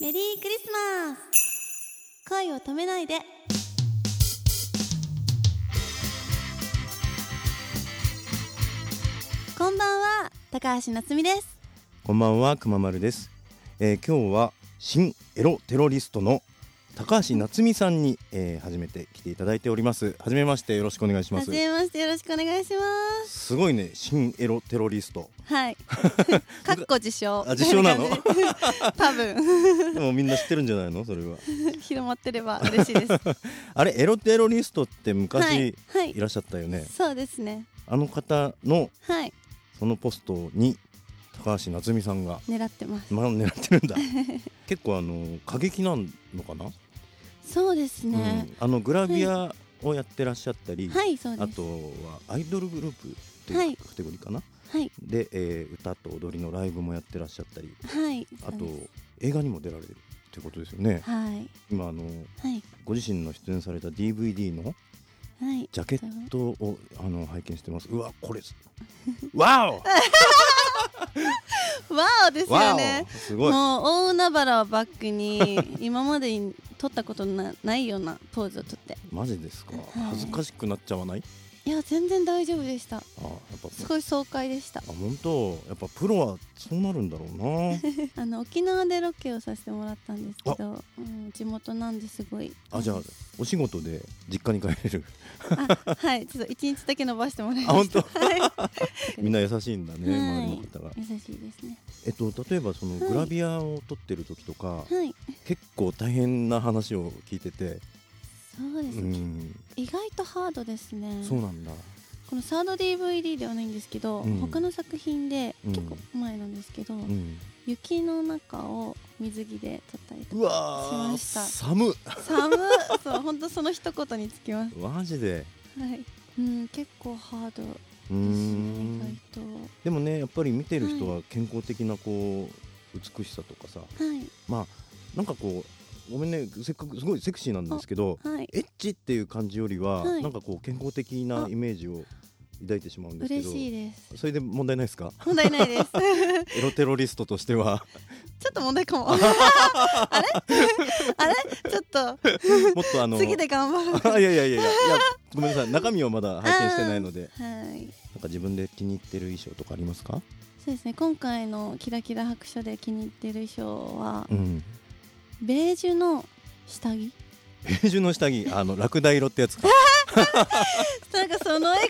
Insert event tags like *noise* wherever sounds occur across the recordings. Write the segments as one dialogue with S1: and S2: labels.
S1: メリークリスマス恋を止めないでこんばんは高橋夏実です
S2: こんばんは、くままるです、えー今日は新エロテロリストの高橋夏美さんに、えー初めて来ていただいております。はじめまして、よろしくお願いしま
S1: は
S2: す
S1: じ。めましてよろしくお願いします
S2: すごいね、新エロテロリスト。
S1: はい
S2: *laughs*
S1: かっこ自称
S2: あ自称なの
S1: みたいな感じで *laughs* 多分 *laughs*
S2: でもみんな知ってるんじゃないの、それは。
S1: 広まってれば嬉しいです
S2: あれ、エロテロリストって
S1: は
S2: *laughs* 昔
S1: い、はい
S2: いらっしゃったよね。
S1: そうですね
S2: あの方の
S1: はい
S2: そのポストに高橋夏美さんが。
S1: 狙ってます
S2: まあ、狙ってる
S1: *laughs*
S2: んだ結構あの過激なのかな、
S1: そうですね、
S2: うんあのグラビアをやってらっしゃったり、
S1: はいそうで
S2: あ
S1: す
S2: とはアイドルグループと
S1: はいいう
S2: カテゴリーかな、
S1: はい
S2: で、えー歌と踊りのライブもやってらっしゃったり
S1: はい
S2: あ
S1: そう
S2: と
S1: です
S2: 映画にも出られるってことですよね
S1: はい
S2: 今あの
S1: はい
S2: ご自身の出演された DVD の
S1: はい
S2: ジャケットをあの拝見してますうわ
S1: *laughs*
S2: これわ
S1: わおです
S2: おわ
S1: よね
S2: おすごい
S1: もう大海原をバック
S2: *laughs*
S1: に今までに撮ったことなないようなポーズを撮って
S2: マジですか
S1: はい
S2: 恥ずかしくなっちゃわない
S1: いや全然大丈夫でした
S2: あやっぱ
S1: すごい爽快でした
S2: あ本当やっぱプロはそうなるんだろうな
S1: あの沖縄でロケをさせてもらったんですけど、うん、地元なんですごい
S2: あじゃあお仕事で実家
S1: *laughs*
S2: に帰れる
S1: あはいちょっと一日だけ伸ばしてもらいま
S2: あ本
S1: した
S2: 当 *laughs*
S1: は
S2: みんな優しいんだね、
S1: はい
S2: 周りの方が
S1: い優しいですね
S2: えっと例えばその
S1: はい
S2: グラビアを撮ってる時とか、
S1: はい
S2: 結構大変な話を聞いてて
S1: そうで
S2: う
S1: す、
S2: ん
S1: 意外とハードですね
S2: そうなんだ
S1: このサード DVD ではないんですけど、
S2: うん
S1: 他の作品で、
S2: うん
S1: 結構前なんですけど、
S2: うん
S1: 雪の中を水着で撮ったりと
S2: う
S1: か
S2: わ
S1: し
S2: ー
S1: ました
S2: 寒っ
S1: 寒っそう本当その一言につきます
S2: マジで
S1: はいうん結構ハードです
S2: うー
S1: ね
S2: ん
S1: 意外
S2: でもねやっぱり見てる人は健康的なこう美しさとかさ
S1: とはい
S2: まあなんかこうごめんねせっかくすごいセクシーなんですけど
S1: はい
S2: エッチっていう感じよりは、
S1: はい
S2: なんかこう健康的なイメージを抱いてしまうんですけ
S1: 嬉
S2: ど
S1: しいです
S2: それで問題ないですか
S1: 問題ないです *laughs* ちょ
S2: エロテロリストとして
S1: *laughs*
S2: は
S1: っと問題 *laughs* かもあれあれちょっと
S2: もっとあの
S1: 次で頑張る
S2: *laughs* あいやいやいやいやいやごめんなさい中身はまだ拝見してないので
S1: はい
S2: なんか自分で気に入ってる衣装とかありますか
S1: そうですね今回の「キラキラ白書」で気に入ってる衣装は
S2: うん
S1: ベージュの下着
S2: ベージュの下着あのラクダ色ってやつか
S1: なんかその言い方ち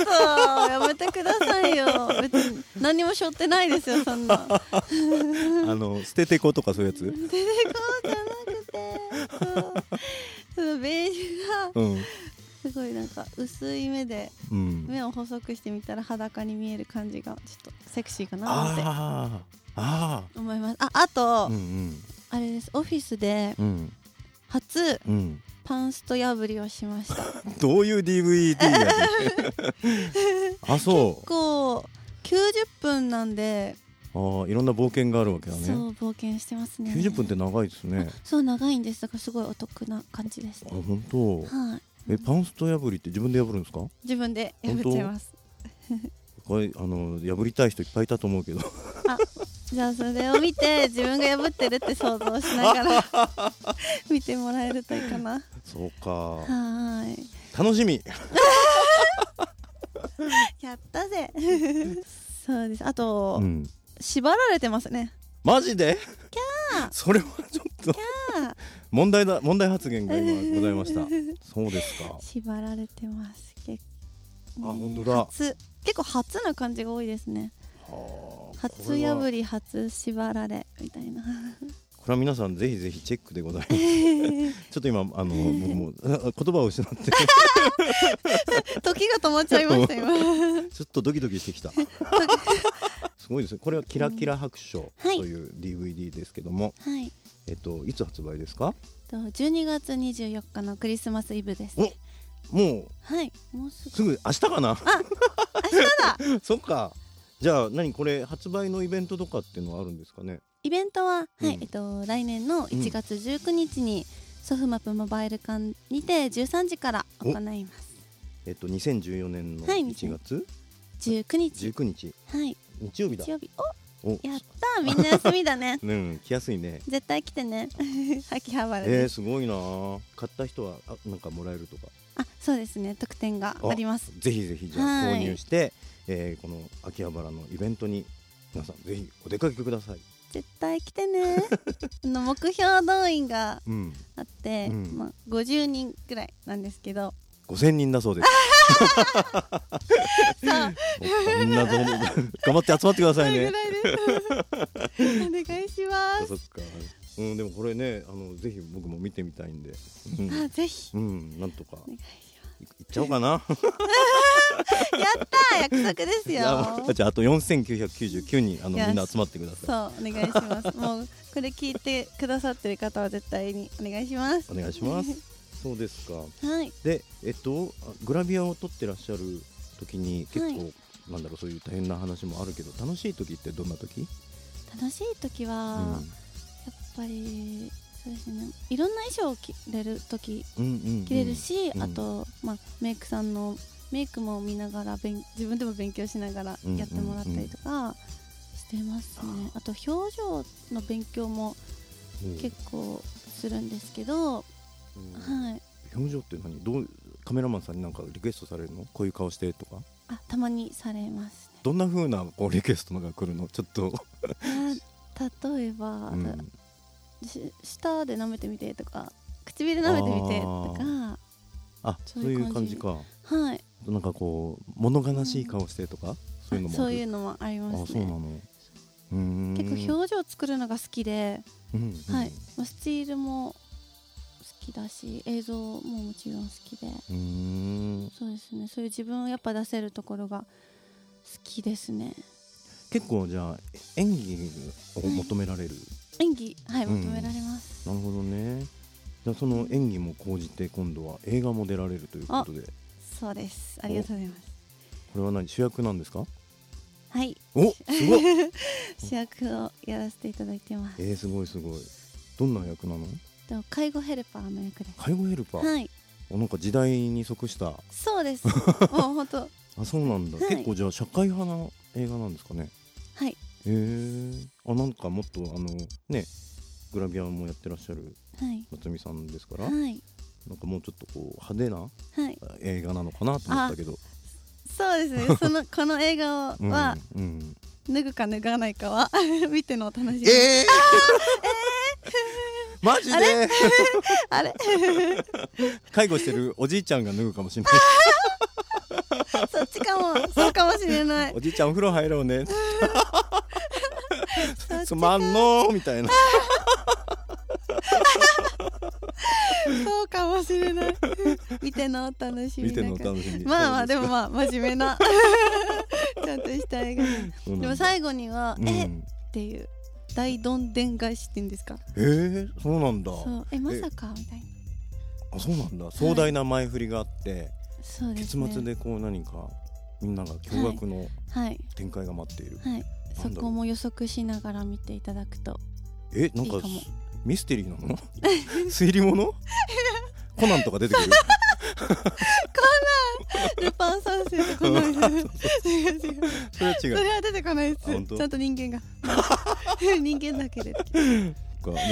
S1: ょっとやめてくださ
S2: *laughs*
S1: いよ別に何も背負ってないですよそんな
S2: あの捨ててこうとかそういうやつ
S1: 出てこうじゃなくてそうそのベージュが
S2: うん
S1: すごいなんか薄い目で
S2: うん
S1: 目を細くしてみたら裸に見える感じがちょっとセクシーかなって
S2: あああ
S1: 思いますああと、
S2: あうん
S1: あれですオフィスで
S2: うんうん
S1: 初
S2: うん
S1: パンスト破りをしま
S2: *laughs*
S1: した結
S2: どういう DVD やねんあそう
S1: 構90分なんで、
S2: ああいろんな冒険があるわけだ
S1: そ
S2: ね
S1: う冒険してますね
S2: 90分って長いですね
S1: そう長いんですだからすごいお得な感じです
S2: あ
S1: ね
S2: 本当
S1: はい
S2: えパンスト破りって自分で破るんですか
S1: 自分で破っちゃいます
S2: これあの破りたい人いっぱいいたと思うけど
S1: じゃあそれを見て自分が破ってるって想像しなが
S2: *laughs*
S1: ら見てもらえるといいかな
S2: そうか
S1: はーい
S2: 楽しみ
S1: やった
S2: *laughs*
S1: ぜそうですあと、
S2: うん
S1: 縛られてますね
S2: マジで
S1: ャー
S2: それはちょっと
S1: あ
S2: 問題だ問題発言が今ござい
S1: *laughs*
S2: ましたそうですか
S1: 縛られてます結構、
S2: あ本当だ
S1: 初結構初な感じが多いですね
S2: はあ
S1: 初
S2: これは
S1: 破り初縛られみたい
S2: *laughs*
S1: な
S2: これは皆さんぜひぜひチェックでございますちょっと今
S1: *laughs*
S2: あの僕もあ言葉を失って
S1: 時が止まっちゃいま
S2: *laughs*
S1: した今は
S2: ちょっとドキドキして
S1: *laughs*
S2: きた。すごいですね。これはキラキラ白書
S1: うん
S2: と
S1: はい
S2: いう DVD ですけども、
S1: い
S2: えっといつ発売ですか？
S1: と12月24日のクリスマスイブです
S2: お
S1: ね
S2: も
S1: はいもうす
S2: う
S1: ぐ
S2: すぐ明日かな。
S1: 明日だ *laughs*
S2: そっか。じゃあ何これ発売のイベントとかっていうのはあるんですかね？
S1: イベントは、
S2: うん
S1: はいえっと、来年の1月19日に、ソフマップモバイル館にて13時から行います
S2: えっと2014年の
S1: はい
S2: 1月
S1: 19日
S2: 19日
S1: はい
S2: 日曜日だ
S1: 日。曜日お
S2: お、
S1: やったーみんな休みだね *laughs*
S2: うん、来やすいね。
S1: 絶対来てね *laughs* 秋葉原
S2: え
S1: で
S2: ー、
S1: す、
S2: すごいなー。買った人はあなんかもらえるとか。
S1: あそうですね特典があります
S2: ぜひぜひじゃあ
S1: は
S2: 購
S1: い
S2: 入して、えーこの秋葉原のイベントに皆さんぜひお出かけください。
S1: 絶対来てね
S2: *laughs*
S1: あの目標動員が
S2: うん、
S1: あって、
S2: うん
S1: まあ、50人ぐらいなんですけど
S2: 五千人だそうです。
S1: そう
S2: *laughs* おみんなどうも頑張って集まってく
S1: *laughs*
S2: ださいね
S1: ぐ。らいですお願いしま
S2: そっか。うん、でもこれね、あのぜひ僕も見てみたいんで、
S1: すあぜひ
S2: うん、うん、なんとか
S1: お願いし
S2: い行っちゃおうかな。
S1: ますやったー約束です
S2: い
S1: よ
S2: *laughs* やじゃああと四千九百九十九人あの
S1: よし
S2: みんな集まってくださ
S1: そうお願いしますもうこれ聞いてくださってる方は絶対にお願いします
S2: い。お願い
S1: *laughs*
S2: します。そうですか。
S1: はい
S2: で、えっとあグラビアを撮ってらっしゃる時に結構、
S1: は
S2: なんだろうそういう大変な話もあるけど楽しい時ってどんな時？
S1: 楽しい時は、やっぱりそうですねいろんな衣装を着れる時
S2: うん、うんうんうん
S1: 着れるし、
S2: うん
S1: あと、まあ、メイクさんのメイクも見ながら勉自分でも勉強しながらやってもらったりとかしてますね、あと表情の勉強も
S2: うん
S1: 結構するんですけど、
S2: うん
S1: はい
S2: 表情って何？どうカメラマンさんになんかリクエストされるの？こういう顔してとか？
S1: あたまにされますね
S2: どんな風なこうリクエストのが来るの？ちょっと、 *laughs*
S1: あ例えば、
S2: うん、
S1: し舌で舐めてみてとか唇舐めてみてとか
S2: あ
S1: そ
S2: そ
S1: ううい
S2: いうう感じか。
S1: はい
S2: なんかこう物悲しい顔してとかそういうのもある。
S1: そういうのもあり
S2: あ
S1: ます
S2: そう
S1: ね
S2: なの。うーん
S1: 結構表情作るのが好きで、
S2: うんうん
S1: はいまあスチールも好きだし映像ももちろん好きで
S2: うーん
S1: そうですねそういう自分をやっぱ出せるところが好きですね
S2: 結構じゃあ演技を求められる、
S1: 演技はい
S2: うん
S1: 求められます、
S2: なるほどねじゃあその演技も講じて今度は映画も出られるということでこ
S1: そうですありがとうございます
S2: れは何主役な
S1: *laughs*
S2: んですか
S1: はい
S2: おすごい
S1: 主役をやらせていただいてます、
S2: えー、すごいすごいどんな役なの
S1: でも介護ヘルパーの役です
S2: 介護ヘルパー、
S1: はい
S2: おなんか時代に即した
S1: そう
S2: *laughs*
S1: ですもう本当
S2: あそうなんだ、
S1: はい
S2: 結構じゃあ社会派な映画なんですかね
S1: はい
S2: へえあなんかもっとあのねグラビアもやってらっしゃる
S1: はい
S2: 夏美さんですから、
S1: はい
S2: なんかもうちょっとこう派手な
S1: はい
S2: 映画なのかなと思ったけど、
S1: そうです
S2: *laughs*
S1: ねそのこの映画を
S2: うん
S1: は、
S2: うん、
S1: 脱ぐか脱がないかは *laughs* 見てのお楽しみ
S2: え
S1: に、
S2: え
S1: *laughs*
S2: マジで
S1: あれ
S2: *laughs*
S1: *laughs*
S2: 介護してるおじいちゃんが脱ぐかもしれない
S1: そっちかもそうかもしれない
S2: *laughs* おじいちゃんお風呂入ろうね
S1: そっち
S2: つまんのー
S1: *laughs*
S2: みたいな
S1: そうかもしれない *laughs* 見てのお楽しみ
S2: 見て
S1: だ
S2: んの
S1: か
S2: お
S1: ら
S2: 楽しみ
S1: まあまあで
S2: も
S1: もまあ真面目
S2: *laughs*
S1: なちゃんとした映画ででも最後には「
S2: うん
S1: えっ?」ていう大どんでん返しっていうんですか
S2: えー、そうなんだ
S1: そうえまさかみたいな
S2: あそうなんだ壮大な前振りがあって、
S1: そうです
S2: 結
S1: ね
S2: 末でこう何かみんなが驚愕の
S1: はい
S2: 展開が待っている、
S1: はい
S2: な
S1: そ
S2: んだろ
S1: こ
S2: う
S1: も予測しながら見ていただく
S2: *laughs*
S1: と
S2: えなんか
S1: いいかも
S2: ミステリーなの *laughs* 推理ものコナンとか出てくる *laughs*
S1: ルパン三世とこない
S2: *laughs*
S1: 違う違う
S2: それは違
S1: そうれは出てこないで
S2: あ本当
S1: すちゃんと人
S2: *laughs*
S1: 間が人間だけで
S2: かじ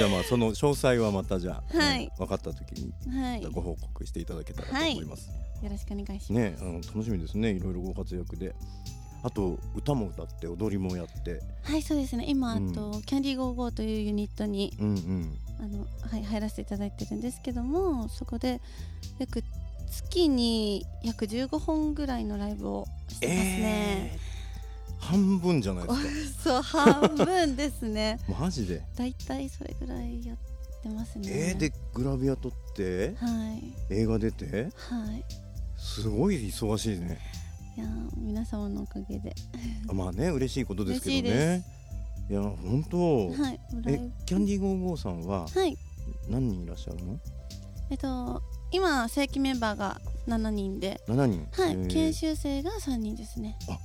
S2: ゃあまあその詳細はまたじゃあ、
S1: はい
S2: うん分かった時に
S1: はいよ
S2: ご報告していただけたらと思います、
S1: ろしくお願いします
S2: ねあの楽しみですねいろいろご活躍であと歌も歌って踊りもやって
S1: はいそうですね今あ
S2: うん
S1: とキャンディーゴーゴーというユニットに
S2: うんうん
S1: あのはい入らせていただいてるんですけどもそこで約月に約15本ぐらいのライブをしてますね、
S2: えー半分じゃないですか
S1: *laughs* そう半分ですね
S2: マジで
S1: だいたいそれぐらいやってますね
S2: えー、でグラビア撮って
S1: はい
S2: 映画出て
S1: はい
S2: すごい忙しいね
S1: いやー皆様のおかげで
S2: あまあね嬉しいことですけど
S1: 嬉
S2: ねいや本当、
S1: はいライ
S2: え
S1: ブ
S2: キャンディーゴーゴーさんは
S1: はい
S2: 何人いらっしゃるの
S1: えっと今正規メンバーが7人で、
S2: 7人
S1: はい
S2: えー
S1: 研修生が3人ですね
S2: あ
S1: はい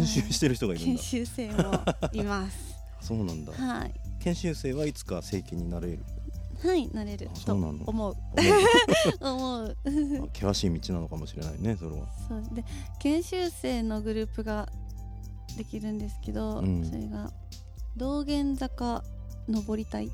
S2: 研修してる人がいるん
S1: 研
S2: だ
S1: 修生もいます
S2: *laughs* そうなんだ
S1: はい
S2: 研修生はいつか正規になれる
S1: はいなれる
S2: あそ
S1: と
S2: うなの
S1: 思う *laughs* 思う
S2: まあ険しい道なのかもしれないねそれは
S1: そうで研修生のグループができるんですけど、
S2: うん
S1: それが道玄坂登りたい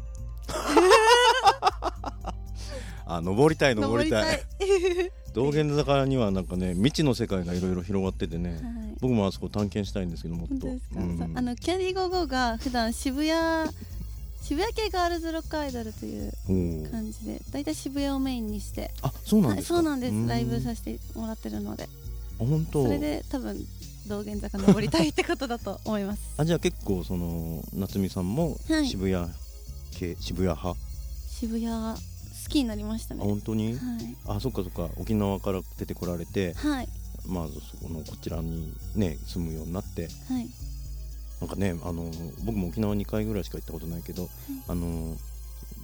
S2: あ登りたい登りたい
S1: 登りたい *laughs*
S2: 道玄坂にはなんかね未知の世界がいろいろ広がっててね、
S1: はい
S2: 僕もあそこ探検したいんですけどもっ
S1: 本
S2: と
S1: 当ですか、
S2: うん
S1: そうあのキャリーゴーゴーが普段渋谷渋谷系ガールズロックアイドルという
S2: おー
S1: 感じでだいたい渋谷をメインにして
S2: あそうなん
S1: はい
S2: ですか
S1: そうなんですライブ
S2: あ
S1: させてもらってるので
S2: 本当
S1: それで多分道玄坂登りたいってことだと思います
S2: あじゃあ結構その夏美さんも
S1: はい
S2: 渋谷系、渋谷派あ
S1: 渋谷好きになりましたねは
S2: 本当に、
S1: い
S2: あそっかそっか沖縄から出てこられて
S1: はい
S2: まずそこのこちらにね住むようになって
S1: はい
S2: なんかねあの僕も沖縄2回ぐらいしか行ったことないけど、あの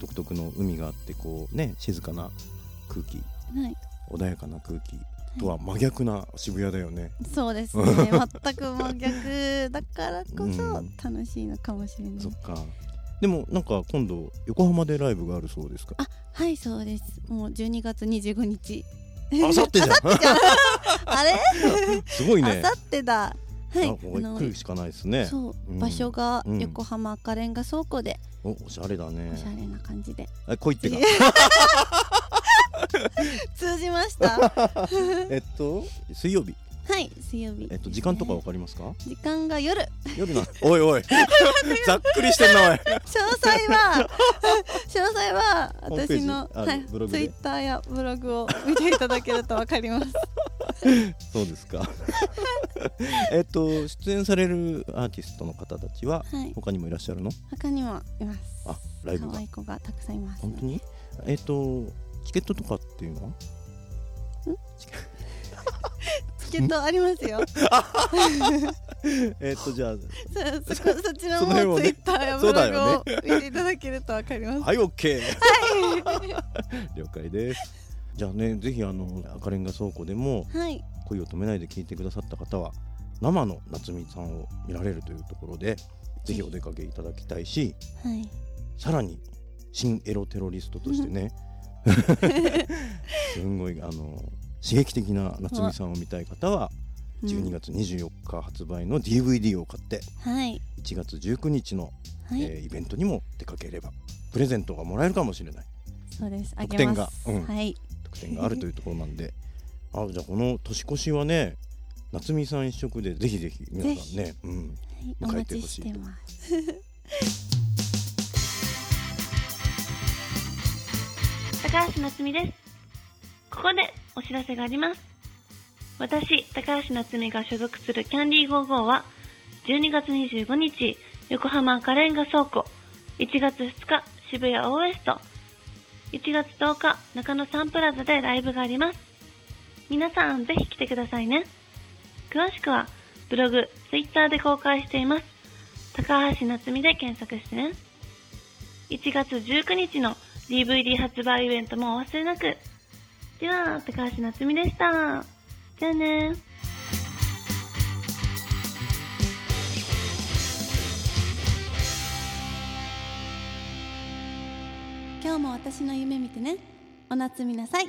S2: 独特の海があってこうね静かな空気
S1: はい
S2: 穏やかな空気とは真逆な渋谷だよね。
S1: そう
S2: *laughs*
S1: ですね全く真逆だからこそ
S2: うん
S1: 楽しいのかもしれない
S2: そっかでもなんか今度横浜でライブがあるそうですか
S1: あはいそうですもう12月25日
S2: あさってじゃん
S1: あれ
S2: *laughs* すごい
S1: あ
S2: ね
S1: さってだはい
S2: あもう
S1: あの
S2: 来るしかないですね
S1: そう
S2: うん
S1: 場所が
S2: うん
S1: 横浜赤レンガ倉庫で
S2: おおしゃれだ
S1: おしゃ
S2: ね
S1: れな感じで
S2: あこい *laughs* ってか
S1: *laughs* 通じましたは
S2: えっと水曜日
S1: い水曜日
S2: えっと時間とか
S1: で
S2: わ
S1: す
S2: かりますか
S1: ね時間が夜詳
S2: 夜なお
S1: *laughs*
S2: いおいざっくりしてんなおい
S1: 細は *laughs* 詳細は
S2: ホームペー
S1: 私
S2: ジ
S1: の
S2: あの
S1: はい
S2: ブログで
S1: ツイッターやブログを見ていただけるとわかります
S2: そうですか *laughs* えっと出演されるアーティストの方たちは
S1: はい
S2: 他にもいらっしゃるの
S1: 他にもいます
S2: あライブ
S1: 可
S2: が
S1: 愛い子がたくさんいます
S2: 本当にえっとチケットとかっていうのは
S1: チケットありますよ
S2: えっとじゃあ
S1: そそこそちら
S2: その辺
S1: も
S2: をね
S1: ツイッターやブ
S2: そうだ
S1: ロ
S2: よ
S1: グを見ていただけるとわかります
S2: はい、オッケー。 *laughs* 了解です。じゃあね、ぜひあの赤レンガ倉庫でも
S1: はい
S2: 恋を止めないで聞いてくださった方は生の夏美さんを見られるというところで、ぜひお出かけいただきたいし、
S1: はい
S2: さらに新エロテロリストとしてね、 *laughs* すんごいあの刺激的な夏美さんを見たい方は
S1: うん
S2: 12月24日発売の DVD を買って
S1: はい
S2: 1月19日の、
S1: はい、
S2: えーイベントにも出かければプレゼントがもらえるかもしれない。
S1: そうですあ
S2: 特
S1: げ
S2: 典
S1: ま
S2: が
S1: す、
S2: うん
S1: はい
S2: 特典があるというところなんであじゃあこの年越しはね夏美さん一色でぜひぜひ皆さんね、うん、
S1: はいお
S2: 迎え
S1: 待
S2: て
S1: ち
S2: ほし
S1: し
S2: い
S1: てます
S3: 高橋夏実です。ここでお知らせがあります。私、高橋夏実が所属するキャンディー55は、12月25日、横浜赤レンガ倉庫、1月2日、渋谷オーエスト、1月10日、中野サンプラザでライブがあります。皆さん、ぜひ来てくださいね。詳しくは、ブログ、ツイッターで公開しています。高橋夏実で検索してね。1月19日の DVD 発売イベントもお忘れなく。では、高橋夏実でした。じゃあね
S1: 今日も私の夢見てねお夏みなさい